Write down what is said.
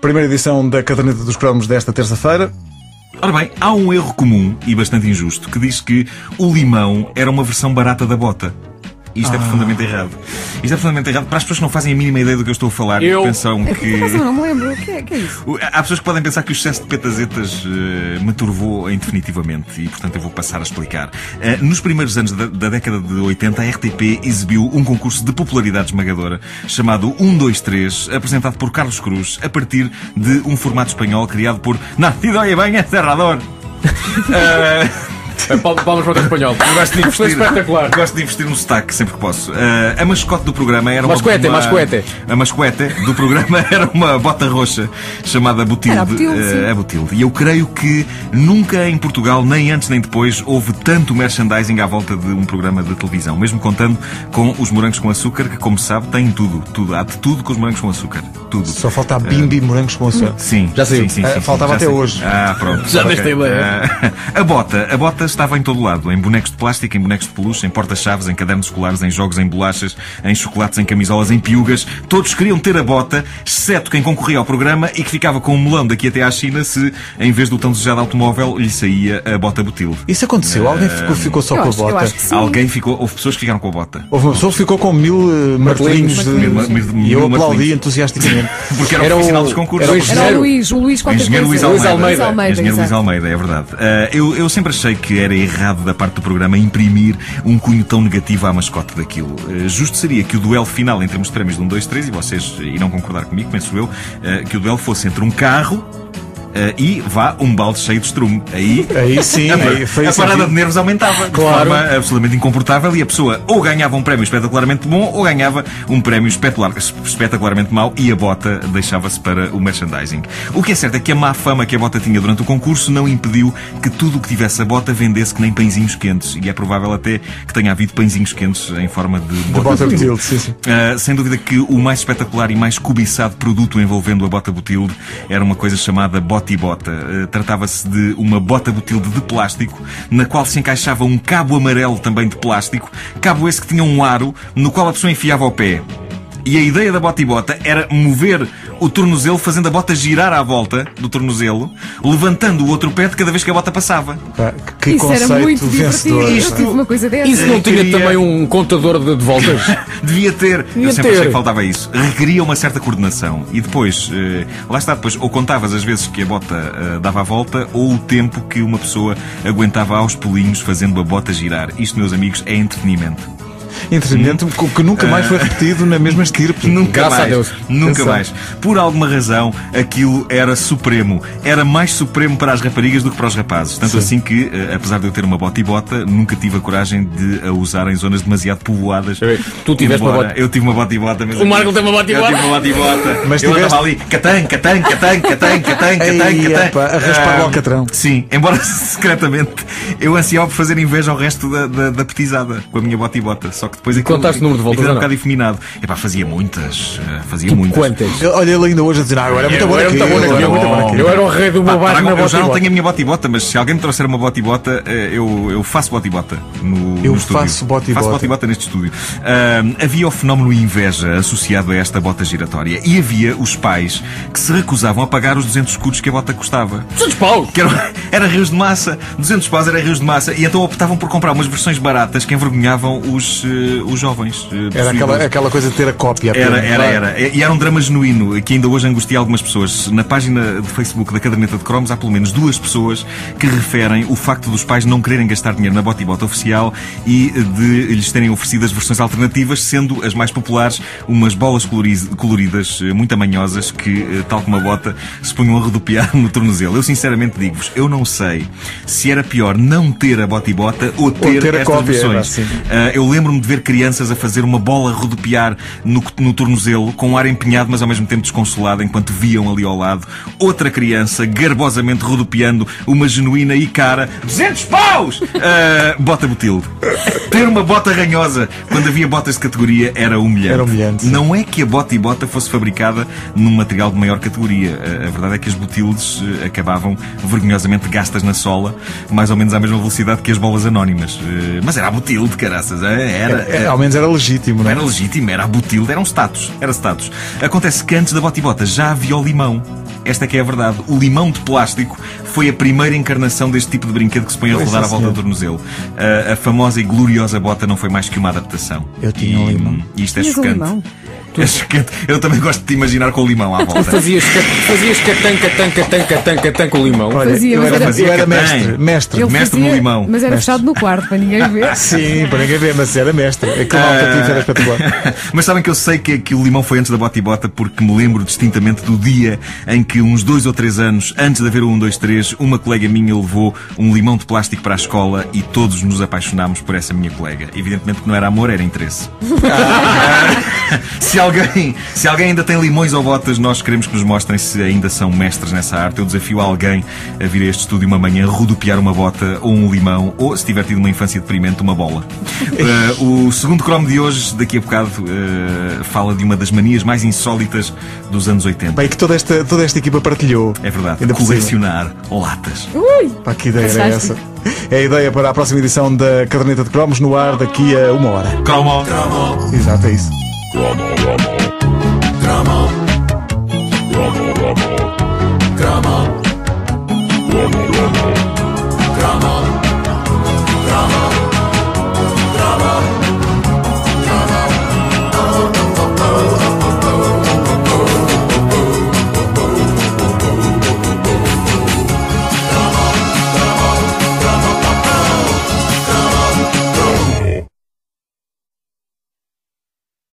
Primeira edição da Caderneta dos Cromos desta terça-feira. Ora bem, há um erro comum e bastante injusto que diz que o limão era uma versão barata da bota. E Isto é profundamente errado. Isto é profundamente errado para as pessoas que não fazem a mínima ideia do que eu estou a falar e Eu- pensam que. Mas eu não me lembro. O que é, que é isso? O- Há pessoas que podem pensar que o excesso de petazetas eh, me turvou em definitivamente e, portanto, eu vou passar a explicar. Eh, nos primeiros anos da, da década de 80, a RTP exibiu um concurso de popularidade esmagadora chamado 123, apresentado por Carlos Cruz, a partir de um formato espanhol criado por Nascido e bem encerrador. Bem, pal- Palmas para o teu espanhol. Gosto de Foi investir. espetacular. Gosto de investir no sotaque sempre que posso. Ah, a mascote do programa era uma. Mascoete, uma- mascoete. A mascoete do programa era uma bota roxa chamada Butilde. Era a Butilde, Ah, sim. a Butilde. E eu creio que nunca em Portugal, nem antes nem depois, houve tanto merchandising à volta de um programa de televisão. Mesmo contando com os morangos com açúcar, que, como se sabe, têm tudo. tudo. Há de tudo com os morangos com açúcar. Tudo. Só falta a Bimbi Morangos com açúcar. Sim, Já saiu. Sim, sim, Ah, sim, faltava já até saiu. hoje. Ah, pronto. Já Ok. desta ideia. Ah, a bota, a bota estava em todo lado, em bonecos de plástico, em bonecos de peluche, em porta-chaves, em cadernos escolares, em jogos, em bolachas, em chocolates, em camisolas, em piugas. Todos queriam ter a bota, exceto quem concorria ao programa e que ficava com um melão daqui até à China se, em vez do tão desejado automóvel, lhe saía a bota butil. Isso aconteceu? Alguém ficou, ficou só Eh, eu, com a acho, eu bota? acho que sim. Alguém ficou, houve pessoas que ficaram com a bota. Houve uma pessoa que ficou com mil eh, martelinhos de- Martelinhos. Mil- mil- e eu mil aplaudi martelinhos. entusiasticamente. Porque era, Era o o- final dos concursos. era o Era o Zero. Luís, o Luís O qualquer engenheiro Luís coisa. Almeida. Almeida. O engenheiro Luís exato. Almeida, é verdade. Ah, eu, eu sempre achei que era errado da parte do programa imprimir um cunho tão negativo à mascote daquilo. Ah, justo seria que o duelo final entre os prémios de 1, 2, 3, e vocês irão concordar comigo, penso eu, ah, que o duelo fosse entre um carro ah, e vá um balde cheio de estrume. Aí. Aí sim, aí foi A isso. É, parada de nervos aumentava Claro. de forma absolutamente incomportável e a pessoa ou ganhava um prémio espetacularmente bom ou ganhava um prémio espetacular- espetacularmente mau e a bota deixava-se para o merchandising. O que é certo é que a má fama que a bota tinha durante o concurso não impediu que tudo o que tivesse a bota vendesse que nem pãezinhos quentes e é provável até que tenha havido pãezinhos quentes em forma de bota, Bota de tudo. Matilde, sim, sim. Uh, sem dúvida que o mais espetacular e mais cobiçado produto envolvendo a bota butilde era uma coisa chamada bota-bota. Uh, Tratava-se de uma bota butilde de plástico, na qual se encaixava um cabo amarelo também de plástico, cabo esse que tinha um aro, no qual a pessoa enfiava o pé. E a ideia da bota e bota era mover o tornozelo, fazendo a bota girar à volta do tornozelo, levantando o outro pé de cada vez que a bota passava. Pá, Que Isso conceito era muito divertido. vencedor. Eu tive uma coisa dessa. Isso não tinha Queria- também um contador de de voltas? Devia ter. Devia eu sempre achei ter. que faltava isso. Requeria uma certa coordenação. E depois, eh, lá está, depois, ou contavas as vezes que a bota eh, dava a volta, ou o tempo que uma pessoa aguentava aos pulinhos fazendo a bota girar. Isto, meus amigos, é entretenimento. Entretenimento que que nunca mais foi repetido na mesma estirpe. Nunca Graças mais. a Deus. Nunca Atenção. mais. Por alguma razão, aquilo era supremo. Era mais supremo para as raparigas do que para os rapazes. Tanto assim que, eh, apesar de eu ter uma bota e bota, nunca tive a coragem de a usar em zonas demasiado povoadas. Ei, tu tiveste uma Embora bota- Eu tive uma bota e bota, mas. O Marco teve uma bota e bota. Eu tive uma bota e bota. Mas eu tiveste- andava ali, catan, catan, catan, catan, catan, catan, Ei, catan. apa, a raspar o Ah, alcatrão. Sim, embora secretamente eu ansiava por fazer inveja ao resto da, da, da petizada com a minha bota e bota. Só que depois aquilo- Contaste o número de voltas aquilo era ou um não? bocado difuminado. Epá, fazia muitas. eh, Fazia Tipo muitas. Quantas? Eu- Olha ele ainda hoje a dizer, ah, agora é muito Eu bom era aqui. muito bom naquilo, agora é eu muito bom era muito bom aqui. naquilo. Eu era o rei do meu Pá, bairro trago- na eu já não bota tenho a minha bota e bota, mas se alguém me trouxer uma bota e bota, eh, eu, eu faço bota e bota no, Eu no estúdio. faço bota e Faço bota. bota e bota neste estúdio. Ahm, havia o fenómeno inveja associado a esta bota giratória e havia os pais que se recusavam a pagar os 200 escudos que a bota custava. pau! Que eram, era rios de massa, 200 paus era rios de massa, e então optavam por comprar umas versões baratas que envergonhavam os, eh, os jovens. eh, Era aquela, possuidores. aquela coisa de ter a cópia. Era, apenas, era, claro. era. E era um drama genuíno que ainda hoje angustia algumas pessoas. Na página de Facebook da Caderneta de Cromos há pelo menos duas pessoas que referem o facto dos pais não quererem gastar dinheiro na bota e bota oficial e de lhes terem oferecido as versões alternativas, sendo as mais populares umas bolas coloriz- coloridas eh, muito amanhosas que, eh, tal como a bota, se punham a rodopiar no tornozelo. Eu sinceramente digo-vos, eu não sei se era pior não ter a bota e bota ou ter, ter a estas cópia, versões. era assim. Ah, eu lembro-me de ver crianças a fazer uma bola rodopiar no, no tornozelo, com um ar empenhado, mas ao mesmo tempo desconsolado, enquanto viam ali ao lado outra criança garbosamente rodopiando uma genuína e cara 200 paus! Ah, bota Botilde. Ter uma bota ranhosa quando havia botas de categoria era humilhante. Era humilhante. Não é que a bota e bota fosse fabricada num material de maior categoria. A, a verdade é que as botildes eh, acabavam vergonhosamente gastas na sola, mais ou menos à mesma velocidade que as bolas anónimas. Eh, Mas era a botilde, caraças. eh, Era, É, ao menos era legítimo, não é? era legítimo, era a botilde, era um status. Era status. Acontece que antes da bota e bota já havia o limão. Esta é que é a verdade. O limão de plástico foi a primeira encarnação deste tipo de brinquedo que se põe a Pois rodar é, à volta senhor. do tornozelo. A, a famosa e gloriosa bota não foi mais que uma adaptação. Eu tinha e, um limão. E isto é Tinhas um chocante. limão? É chocante. Eu também gosto de te imaginar com o limão à volta. Fazias, ca- fazias catanca, tanca, tanca, tanca, tanca o limão. Olha, Fazia, eu mas era, era- eu era Fazia mestre, também. mestre. Ele Mestre fazia, no limão. Mas era Mestre. fechado no quarto para ninguém ver. Sim, para ninguém ver, mas era mestre. É Aquele altativo era espetacular. Mas sabem que eu sei que, que o limão foi antes da bota e bota porque me lembro distintamente do dia em que, uns dois ou três anos antes de haver o 1, 2, 3, uma colega minha levou um limão de plástico para a escola e todos nos apaixonámos por essa minha colega. Evidentemente que não era amor, era interesse. Se alguém, se alguém ainda tem limões ou botas, nós queremos que nos mostrem se ainda são mestres nessa arte. Eu desafio alguém a vir a este estúdio uma manhã rodopiar uma bota ou um limão, ou se tiver tido uma infância deprimente, uma bola. Eh, o segundo cromo de hoje, daqui a bocado, eh, fala de uma das manias mais insólitas dos anos 80. Bem, que toda esta, toda esta equipa partilhou. É verdade, Ainda por cima. colecionar latas. Ui! Pá, que ideia era essa? Fantástico. É a ideia para a próxima edição da Caderneta de Cromos no ar daqui a uma hora. Cromo! Exato, é isso. Como, como.